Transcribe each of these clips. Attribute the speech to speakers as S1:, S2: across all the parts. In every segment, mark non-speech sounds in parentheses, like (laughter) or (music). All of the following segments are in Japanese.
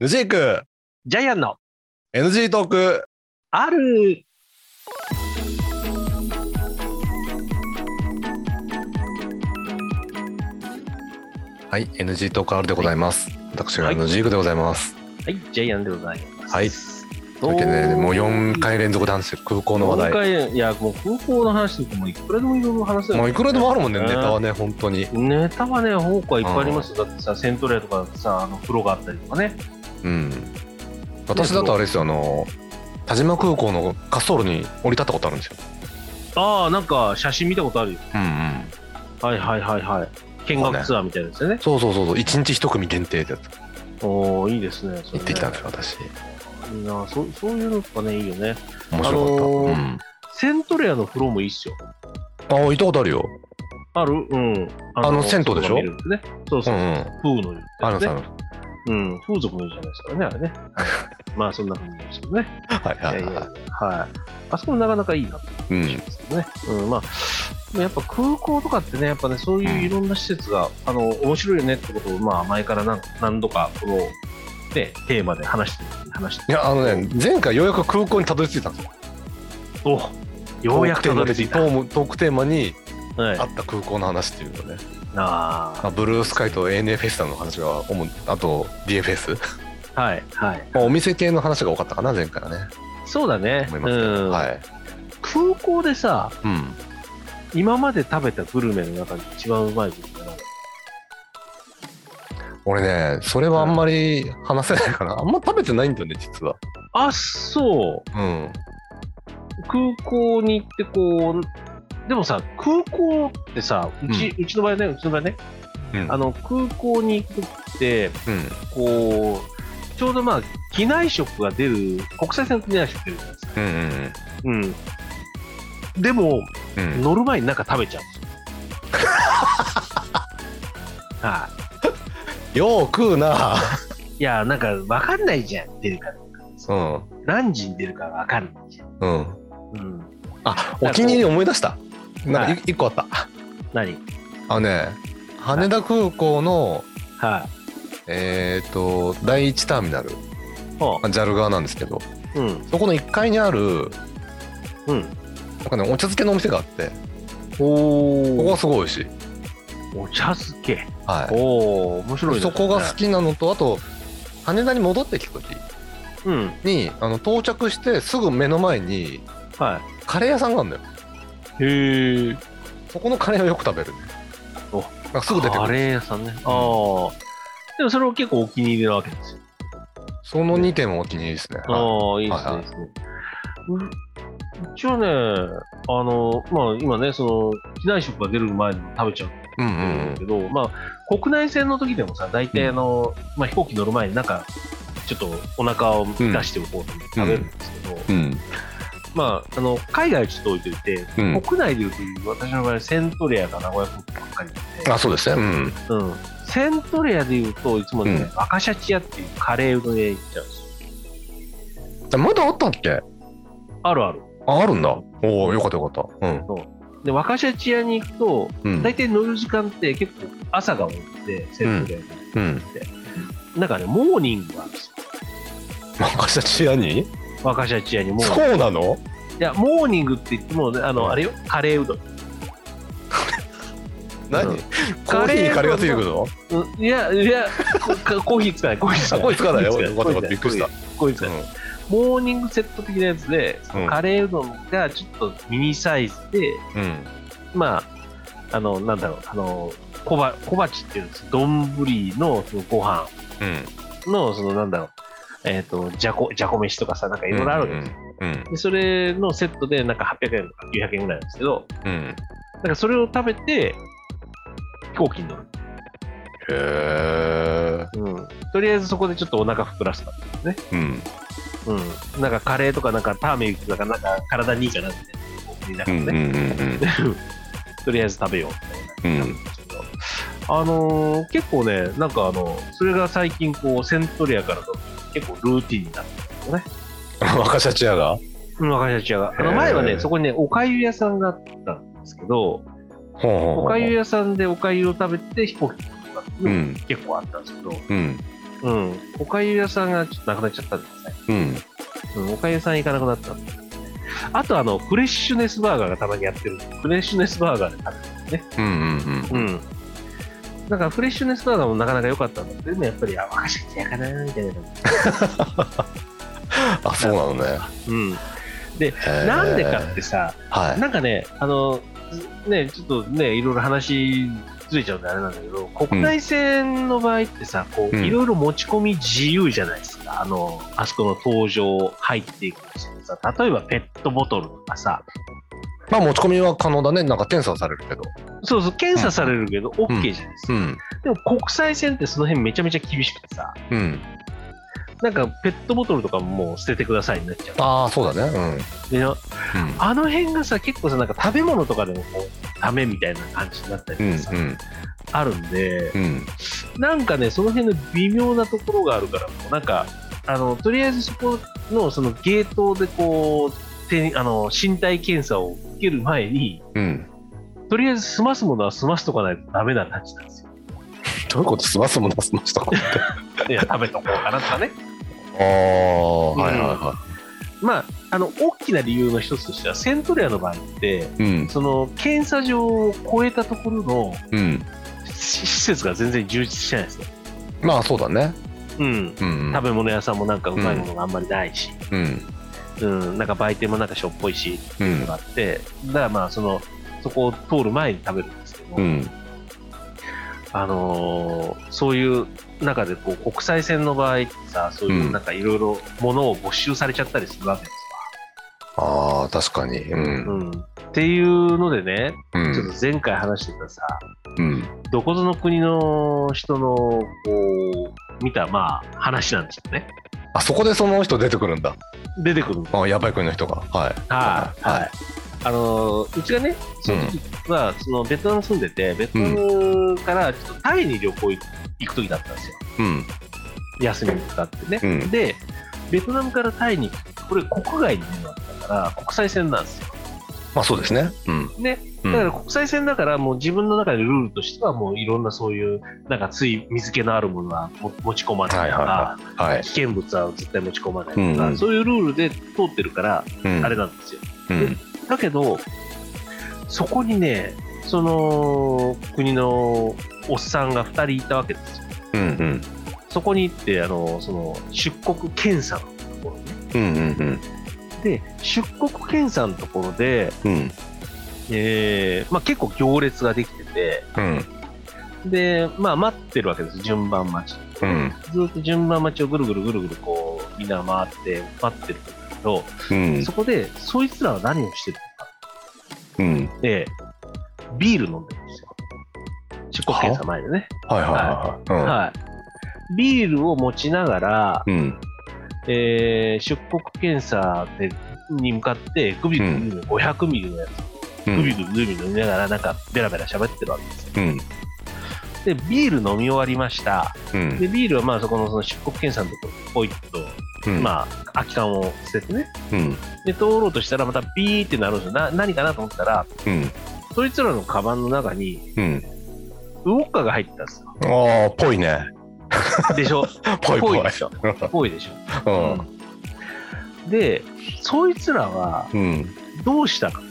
S1: ヌジーク
S2: ジャイアンの
S1: NG トーク
S2: ある
S1: はい NG トークあるでございます、私が
S2: はい
S1: NG クでございます、
S2: はい、ジャイアンでございます。
S1: はい。
S2: ど
S1: というわけでねもう4
S2: 4
S1: 回連続ダンス空港の話
S2: 話
S1: 題
S2: 題。いや、もう空港の話とかもいくらでもいろいろ話せる。
S1: もういくらでもあるもんね
S2: うん
S1: ネタはね本当に
S2: ネタはね、方向はいっぱいありますよ。だってさ、セントレアとかさ、あの、風呂があったりとかね。
S1: うん私だとあれですよあの田島空港の滑走路に降り立ったことあるんですよ
S2: ああ、なんか写真見たことあるよ。
S1: うんうん
S2: はいはいはいはい。見学ツアーみたいなやつね。
S1: そうそうそうそう一日一組限定ってやつ
S2: おおいいですね。それね
S1: 行ってきたんですよ私
S2: いいなそそういうのとかね、いいよね。
S1: 面白かった、
S2: あのー
S1: うん
S2: セントレアの風呂もいいっすよ。
S1: ああ行ったことあるよ
S2: あるうん。あ
S1: あの銭湯でしょ
S2: そういうのが見れるんですねそう
S1: う
S2: そ
S1: ん
S2: う
S1: う
S2: そう。
S1: ん
S2: 風の湯、
S1: あるんですあ
S2: ね。
S1: るんです
S2: うん、風俗の湯じゃないですからね、あれ
S1: (laughs)
S2: ね。まあそんな感じですけどね。
S1: はい
S2: い
S1: は
S2: や
S1: い
S2: い
S1: は
S2: や、はい。あそこもなかなかいいなと
S1: いうん
S2: 思いますけどね。うん、まあ、でもやっぱ空港とかってね、やっぱね、そういういろんな施設が、あの、面白いよねってことを、まあ前から何何度か、この、ね、テーマで話してる、話して
S1: いやあのね前回ようやく空港にたどり着いたんですよ
S2: おようやくたどり着いた。
S1: ト
S2: は
S1: ークテーマトークテーマに
S2: い
S1: あ。った空港の話っていうのね、ま
S2: あ
S1: あ、ブルースカイと ANA フェスタの話が主にあと DFS、
S2: あ、はい、はい。
S1: まあ、お店系の話が多かったかな前回はね
S2: そうだね。
S1: 思
S2: う
S1: いますけど、
S2: ん。
S1: はい、
S2: 空港でさ、
S1: うん、
S2: 今まで食べたグルメの中で一番うまいグルメは
S1: 俺ねそれはあんまり話せないかなあんま食べてないんだよね実は
S2: あ、そう。
S1: うん
S2: 空港に行ってこうでもさ空港ってさうち,、うちの場合ねうちの場合ね
S1: うん
S2: あの空港に行く時って
S1: うん
S2: こうちょうどまあ機内食が出る国際線の機内食出るじゃないですか
S1: うん
S2: うんでも
S1: うんうん
S2: 乗る前になんか食べちゃうん (laughs) ですよは
S1: よう食う
S2: (laughs)
S1: な
S2: い、いやなんか分かんないじゃん出るかどうか
S1: うん
S2: 何時に出るか分かんないじゃん、
S1: うん
S2: うん、
S1: あお気に入り思い出したなんかい一個あった
S2: 何
S1: あのね羽田空港の、
S2: は
S1: えっ、と第一ターミナル
S2: いほ
S1: JAL 側なんですけど
S2: ううん
S1: そこの1階にある
S2: うん
S1: なんかねお茶漬けのお店があってここ
S2: お
S1: がすごい美味しい、
S2: お茶漬け
S1: は
S2: おお面白い
S1: い、
S2: ね
S1: そこが好きなのとあと羽田に戻ってきた時
S2: それねうん
S1: にあの到着してすぐ目の前に
S2: は
S1: カレー屋さんがあるんだよ
S2: いへえ
S1: そこのカレーをよく食べるね
S2: お
S1: なんかすぐ出てく
S2: カ
S1: る
S2: レー屋さんねああでもそれを結構お気に入りなわけですよ
S1: その2点もお気に入りですね、は
S2: ああいいです
S1: はいはい
S2: ねいいですねううちはねあのまあ今ねその機内食が出る前にも食べちゃう
S1: いうんうん
S2: んだけど、まあ国内線の時でもさ大体あの、まあ、飛行機乗る前になんかちょっとお腹を満たしておこうと思って食べるんですけど、
S1: うんうん
S2: まああの海外はちょっと置いといて
S1: うん
S2: 国内でいうと、私の場合、セントレアか名古屋空港ばっかりなんで、
S1: あそうですねうん
S2: うん、セントレアでいうといつもね、
S1: うん
S2: 若シャチ屋っていうカレーうどん屋行っちゃうんですよ。
S1: あまだあったっけ
S2: あるある。
S1: ああるんだおおよかったよかったうん
S2: で、若シャチ屋に行くと、
S1: うん
S2: 大体乗る時間って結構朝が多くて、セントレアに、
S1: うん
S2: なんかね、モーニングがあるんですよ。
S1: 任せたチアに
S2: 若シャチ屋にモーニング。
S1: そうなの
S2: いや、モーニングって言っても、あ
S1: う
S2: の、
S1: ん
S2: あれよ、カレーうどん。う
S1: 何コー
S2: ん
S1: ヒーにカレーがついてくるの
S2: うんいや、いや、 (laughs) こかコーヒーつかない、コーヒーつ
S1: あ
S2: かない。
S1: こいつからだよよかったよかった
S2: コーヒ
S1: び
S2: ー
S1: っくりした
S2: コーヒーつかない。モーニングセット的なやつで、
S1: うん
S2: カレーうどんがちょっとミニサイズで、
S1: うんうん
S2: まあ、あの、なんだろう、あの、小ば小鉢っていうんです丼のそのご飯
S1: うん
S2: の、その、なんだろう、えっ、と、じゃこ、じゃこ飯とかさ、なんかいろいろあるわけですよ、
S1: うん
S2: で、それのセットで、なんか800円とか900円ぐらいなんですけど、
S1: うんへ
S2: なんかそれを食べて、飛行機に乗る。
S1: え
S2: うん。とりあえずそこでちょっとお腹膨らすか。
S1: うん
S2: うん。なんかカレーとかなんかターメリックとかなんか体にいいかなって、みた
S1: う
S2: い
S1: ん
S2: な
S1: うん
S2: ね。とりあえず食べようみたいな。
S1: うんう
S2: なん
S1: ん
S2: ですけどあのー結構ね、なんかあの、それが最近こう、セントリアからの結構ルーティンになって
S1: 若社チアが
S2: る。若社長が。あの
S1: へー
S2: 前はね、そこにね、おかゆ屋さんがあったんですけど、
S1: ほうほうほう
S2: おかゆ屋さんでおかゆを食べて飛行機とかっていううの
S1: ん
S2: が結構あったんですけど、
S1: うん
S2: うん、おかゆ屋さんがちょっとなくなっちゃったんですね。
S1: うん。
S2: うん、おかゆさん行かなくなったんですね。あと、あの、フレッシュネスバーガーがたまにやってるんでフレッシュネスバーガーで食
S1: う
S2: べ
S1: んうんうん。
S2: うん。なんかフレッシュネスバーガーもなかなか良かったんだけど、でもやっぱり、あ、若しゃやかなみたいな。
S1: あ、そうなのね。
S2: うん。
S1: へー
S2: なんでかってさ、
S1: はい。
S2: なんかね、あの、ね、ちょっとね、いろいろ話ずれちゃうんであれなんだけど、国内線の場合ってさ、こう、
S1: うん
S2: いろいろ持ち込み自由じゃないですか。あの、あそこの登場入っていくとしてさ、例えばペットボトルとかさ、
S1: まあ持ち込みは可能だね。なんか検査はされるけど。
S2: そうそう、検査されるけど、OK じゃないです
S1: う
S2: か。
S1: ん。
S2: でも国際線ってその辺めちゃめちゃ厳しくてさ、
S1: うん。
S2: なんかペットボトルとかももう捨ててくださいになっちゃう。
S1: ああ、そうだね。うん。
S2: でな
S1: うん。
S2: あの辺がさ、結構さ、なんか食べ物とかでもこう、ダメみたいな感じになったり
S1: うん
S2: とかさ、
S1: うん
S2: あるんで、
S1: うん
S2: なんかね、その辺の微妙なところがあるから、もうなんか、あの、とりあえずそこの、そのゲートでこう、てあの、身体検査を受ける前に、
S1: うん
S2: とりあえず済ますものは済ませとかないとダメな感じなんですよ。
S1: どういうこと済ますもの済ましたかって
S2: い (laughs) や、食べとこうかなとかね。
S1: ああはいはいは
S2: まあ、あの、大きな理由の一つとしては、セントレアの場合って、
S1: いうん
S2: その、検査場を超えたところの
S1: うん
S2: し施設が全然充実してないんですよ。
S1: まあそうだね
S2: うん。
S1: うん
S2: 食べ物屋さんもなんかうまいものがあんまりないし、
S1: うん
S2: うん、なんか売店もなんかしょっぽいし、
S1: う
S2: の
S1: ん
S2: があって、だからまあその、そこを通る前に食べるんですけど、
S1: うん
S2: あのーそういう中でこう国際線の場合ってさ、そういううんなんかいろいろ物を没収されちゃったりするわけです
S1: ああ確かにう
S2: わ
S1: ん
S2: うん。っていうのでね、
S1: う
S2: ちょっ
S1: ん
S2: と前回話してたさ、
S1: うん
S2: どこぞの国の人のこう見たまあ話なんですよね。
S1: あそこでその人出てくるんだ
S2: 出てくるんです
S1: あやばい国の人がはい
S2: はい、
S1: はい
S2: はい。あのーうちがね、その時は、そのベトナム住んでて、ベトナムからちょっとタイに旅行行く行く時だったんですよ。
S1: うん
S2: 休みに使ってね。
S1: うん
S2: で、ベトナムからタイに行く、これ国外に出るわけだから、国際線なんですよ。
S1: まあそうですねうん
S2: ね。
S1: う
S2: だから
S1: ん
S2: 国際線だから、もう自分の中でルールとしては、もういろんなそういう、なんかつい水気のあるものはも持ち込まないとか、
S1: はいははい
S2: 危険物は絶対持ち込まないとか、
S1: うん
S2: そういうルールで通ってるから、
S1: うん
S2: あれなんですよ。
S1: うん
S2: だけど、そこにね、その国のおっさんが2人いたわけですよ。
S1: うんうん
S2: そこに行って、あのその出国検査のところね。
S1: うんうん
S2: で、出国検査のところで、
S1: うん
S2: えーまあ、結構行列ができてて、
S1: うん
S2: で、まあ、待ってるわけです、順番待ち。
S1: うん
S2: ずっと順番待ちをぐるぐるぐるぐるこう、みんな回って待ってるんだけど、
S1: うん
S2: そこで、そいつらは何をしてるのか
S1: うん
S2: って、ビール飲んでるんですよ。出国検査前でね。
S1: はいはいはいは
S2: はい、ビールを持ちながら、
S1: いうん
S2: えー出国検査でに向かって、グビグビグビ500ミリのやつ、
S1: うんう
S2: グビ
S1: ん
S2: グビグビ飲みながら、なんかベラベラ喋ってるわけですよ。
S1: うん
S2: で、ビール飲み終わりました。
S1: うん
S2: で、ビールはまあそこのその出国検査のところにポイッ
S1: うん
S2: と、まあ、空き缶を捨ててね。
S1: うん
S2: で、通ろうとしたらまたビーってなるんですよ。な何かなと思ったら、
S1: うん
S2: そいつらのカバンの中に、
S1: うん
S2: ウォッカが入ってたんですよ。
S1: ああぽいね
S2: でしょ
S1: (laughs) ぽいぽい
S2: でしょぽいでし
S1: う
S2: ょ、
S1: ん
S2: うんで、そいつらは、
S1: うん。
S2: どうしたか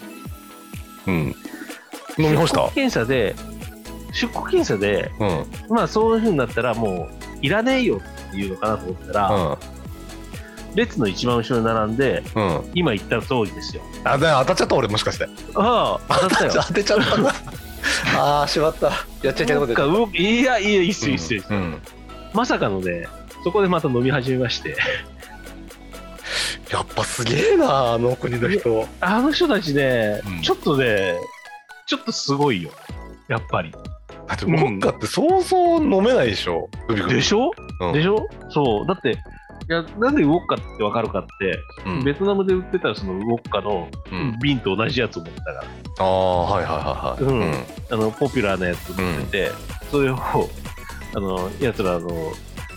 S1: うん。飲み干し
S2: 出
S1: た
S2: 国。検査で出国検査で
S1: うん。うん。
S2: まあそういうふうになったらもういらねえよっていうのかなと思ったら、列の一番後ろに並んで
S1: うん。
S2: 今言った通りですよ
S1: あ、で、当たっちゃった、俺、もしかして。
S2: ああ当たったよ
S1: 当 (laughs) てちゃったな。ああ、しまった。やっちゃいけない
S2: 動
S1: こ
S2: く
S1: と
S2: か
S1: やっ
S2: 動くいやいやいいっす
S1: た
S2: よいいっすよ、
S1: うんうん
S2: まさかのねそこでまた飲み始めまして
S1: やっぱすげえな、あの国の人。
S2: あの人たちね、
S1: うん
S2: ちょっとねちょっとすごいよやっぱり
S1: だって、ウォッカって、そうそう飲めないでしょ。グビグビ
S2: でしょ、
S1: うん
S2: でしょそうだっていやなんでウォッカってわかるかって、
S1: うん
S2: ベトナムで売ってたそのウォッカの
S1: うん
S2: 瓶と同じやつを持ってたから、
S1: ああ、はいはいはいはい。
S2: うんあのポピュラーなやつを持ってて、それをあのやつらあの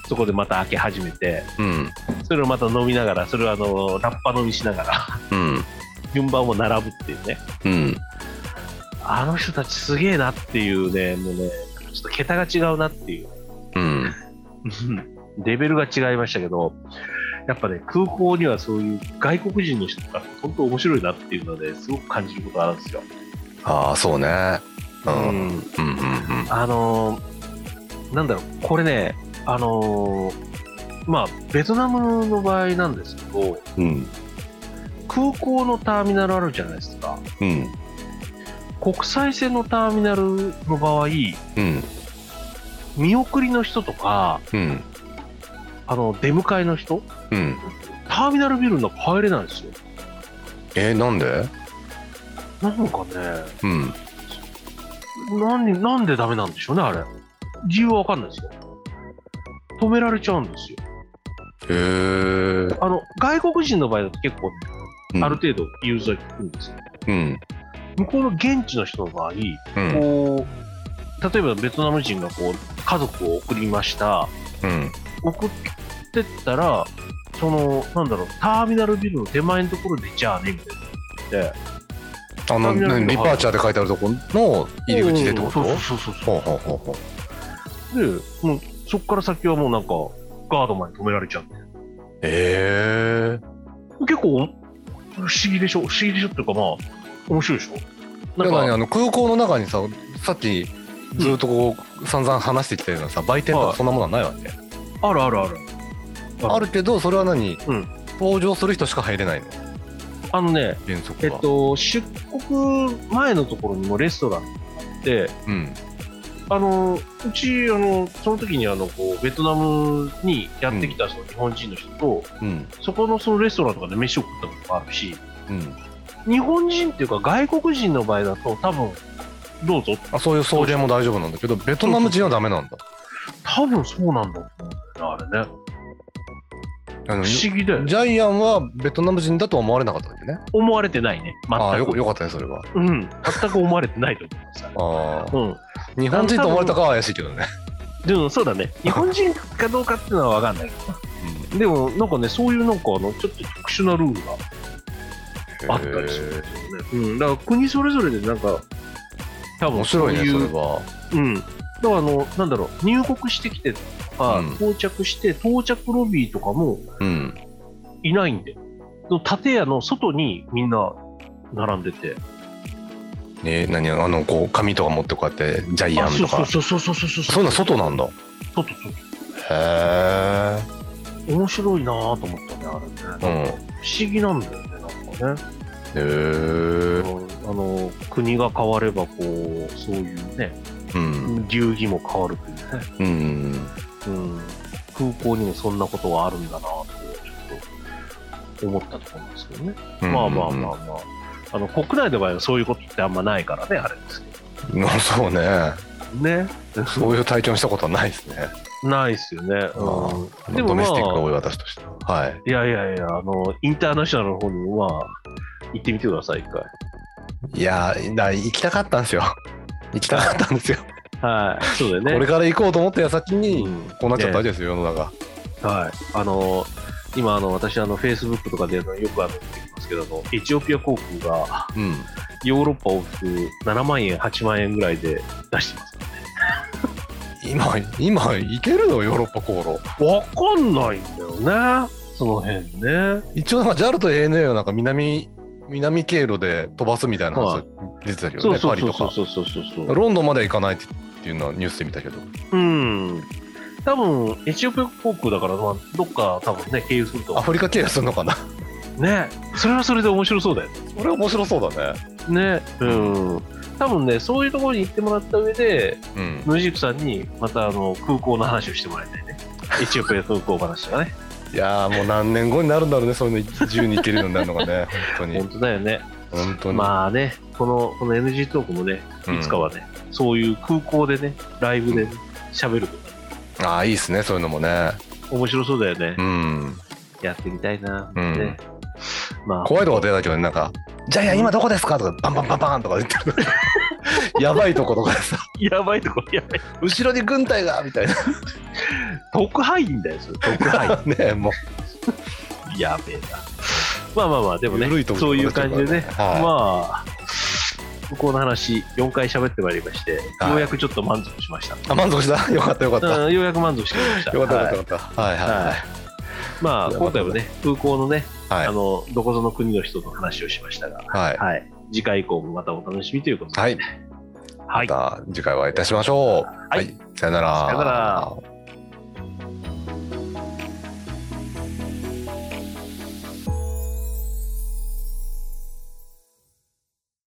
S2: そこでまた開け始めて
S1: うん。
S2: それをまた飲みながらそれをあのラッパ飲みしながら (laughs)
S1: うん。
S2: 順番を並ぶっていうね
S1: うん。
S2: あの人たちすげえなっていうねもうねちょっと桁が違うなっていう
S1: うん。
S2: うんレベルが違いましたけど、やっぱね、空港にはそういう外国人の人が本当面白いなっていうので、すごく感じることがあるんですよ。
S1: ああそうねうんうん
S2: ん。
S1: うんうん
S2: あのーなんだろう、これね、あのーまあ、ベトナムの場合なんですけど、
S1: うん
S2: 空港のターミナルあるじゃないですか。
S1: うん
S2: 国際線のターミナルの場合、
S1: うん
S2: 見送りの人とか、
S1: うん
S2: あの、出迎えの人、
S1: うん
S2: ターミナルビルの中入れないんですよ。
S1: えー、なんで
S2: なんかね、
S1: うん
S2: なんなんでダメなんでしょうね、あれ。理由はわかんないですよ。止められちゃうんですよ。
S1: へえ
S2: あの、外国人の場合だと結構、ある程度ユーザー聞くんですよ。
S1: うん
S2: 向こうの現地の人の場合、
S1: うん
S2: こう、例えばベトナム人がこう、家族を送りました。
S1: うん
S2: 送ってったら、その、なんだろう、ターミナルビルの手前のところで、じゃあね、みたいな。
S1: あの
S2: ターミナル
S1: 何
S2: の
S1: ディパーチャーで書いてあるとこの入り口でってこと
S2: うんそうそうそうそ
S1: ほ
S2: う
S1: うほうほうほう
S2: で、もうそこから先はもうなんか、ガードまで止められちゃう。
S1: え
S2: 結構、不思議でしょ不思議でしょっていうか、まあ、面白いでしょ
S1: え
S2: なんか、
S1: あの空港の中にささっきずっとこう、散々話してきたようなさ売店と
S2: は
S1: か
S2: い
S1: そんなものはないわけ、
S2: あるあるある。
S1: あるけどそれは何、
S2: うん
S1: 登場する人しか入れないの
S2: あのね、
S1: 原則
S2: え
S1: は、
S2: っと、出国前のところにもレストランがあって、
S1: うん
S2: あの、うち、あの、その時に、あの、こう、ベトナムにやってきた、その日本人の人と、
S1: うん
S2: そこのそのレストランとかで飯を食ったこともあるし、
S1: うん
S2: 日本人っていうか外国人の場合だと、多分、どうぞ、
S1: あそういう送迎も大丈夫なんだけどベトナム人はダメなんだ
S2: 多分そうなんだと思うんだよ
S1: あ
S2: ね、あ
S1: の
S2: れね。不思議だよね。
S1: ジャイアンはベトナム人だとは思われなかったわけね
S2: 思われてないね、全く。
S1: ああよよかったねそれは
S2: うん、全く思われてないと思います。
S1: ああ
S2: うん、
S1: 日本人と思われたかは怪しいけどね、
S2: でもそう
S1: (laughs)
S2: だね、日本人かどうかっていうのは分かんないけど、でもなんかね、そういうなんかあのちょっと特殊なルールがあったりするんですよね。うん、だから国それぞれでなんか、多分
S1: 面白いね
S2: そ
S1: そう
S2: いう
S1: れは
S2: うん、だからあの、なんだろう、入国してきてとか、
S1: うん
S2: 到着して、到着ロビーとかも
S1: うん
S2: いないんで、その建屋の外にみんな並んでて、
S1: ね何あのこう紙とか持ってこうやってジャイア
S2: あ
S1: ンと
S2: そう
S1: か
S2: そうそうそうそうそう
S1: そういうの外なんだへ
S2: 外外
S1: え
S2: 面白いなぁと思ったね、あれね。なんか
S1: うん
S2: 不思議なんだよね、なんかね。
S1: へえ
S2: あの、国が変われば、こう、そういうね、
S1: うん
S2: 流儀も変わるというね。
S1: うん
S2: うん。空港にもそんなことがあるんだなぁと、ちょっと思ったところなんですけどね。まあまあまあまあ。あの、国内の場合はそういうことってあんまないからね、あれですけ
S1: あ (laughs) そうね
S2: どね。
S1: そういう体験をしたことはないですね
S2: ないっすよね。うん。で
S1: ド
S2: もま
S1: メスティックが
S2: あ、
S1: 多い私としてははい
S2: いやいやいや、あの、インターナショナルの方にも、まあ、行ってみてください、一回。
S1: いやーだ行きたかったんですよ (laughs) 行きたかったんですよ、
S2: はい。そうだよね。
S1: これから行こうと思った矢先に
S2: うん
S1: こうなっちゃったわけですよ、世の中
S2: はい。あのー今、あの、私、あの、Facebook とかであのよくあの、言ってますけど、あの、エチオピア航空が
S1: うん
S2: ヨーロッパ往復7万円、8万円ぐらいで出してます。
S1: 今今行けるのヨーロッパ航路
S2: わかんないんだよね。その辺ね。
S1: 一応まあ JAL と ANA はなんか南南経路で飛ばすみたいな
S2: は
S1: 話
S2: い
S1: 出てたけど
S2: そ
S1: ね、
S2: うそ
S1: パ
S2: う
S1: リ
S2: そう
S1: と
S2: そ
S1: か
S2: うそうそうそうそう。
S1: ロンドンまで行かないっていうのはニュースで見たけど
S2: うん。多分、エチオピア航空だから、まあ、どっか多分ね、経由すると
S1: ア。フリカ経由するのかな
S2: ね。それはそれで面白そうだよね。
S1: (laughs) それ面白そうだね
S2: ね。うん。多分ね、そういうところに行ってもらった上で、
S1: うん
S2: ムジークさんにまたあの空港の話をしてもらいたい
S1: (laughs)
S2: ね。エチオピア空港話とかね。
S1: いやーもう何年後になるんだろうねそういうの自由に行けるようになるのが (laughs) ね本当
S2: 本
S1: に
S2: 当だよね。
S1: 本当に、
S2: まあね、このこの NG トークもね、いつかはね、そういう空港でね、ライブでね喋、るとか、
S1: うんああいいですねそういうのもね
S2: 面白そうだよね
S1: う。ん
S2: やってみたいな。
S1: うん
S2: ねまあ、
S1: 怖いとこ出たけどねなんか「ジャイアン今どこですか?」とかバンバンバンバンとか言ってる (laughs) やばいとことかでさ
S2: やばいとこ、やばい。
S1: 「後ろに軍隊が!」みたいな
S2: 特派員だよ、それ特派
S1: (laughs) ねも
S2: 員。やべえな。まあまあまあ、でもね
S1: 緩いと、こ
S2: そういう感じでね、
S1: はい
S2: まあ、向こうの話、4回喋ってまいりまして、
S1: はい
S2: ようやくちょっと満足しました。
S1: あ満足したよかったよかった、
S2: うんようやく満足してました。
S1: よかった
S2: はい
S1: よかったよかったはいはいはい、
S2: はいまあ、今回はね、空港のね、
S1: はい
S2: あの、どこぞの国の人と話をしましたが、
S1: はい。
S2: はい。次回以降もまたお楽しみということで。
S1: はい。
S2: はい
S1: また次回お会いいたしましょう。
S2: はい。
S1: さよなら。
S2: さよなら。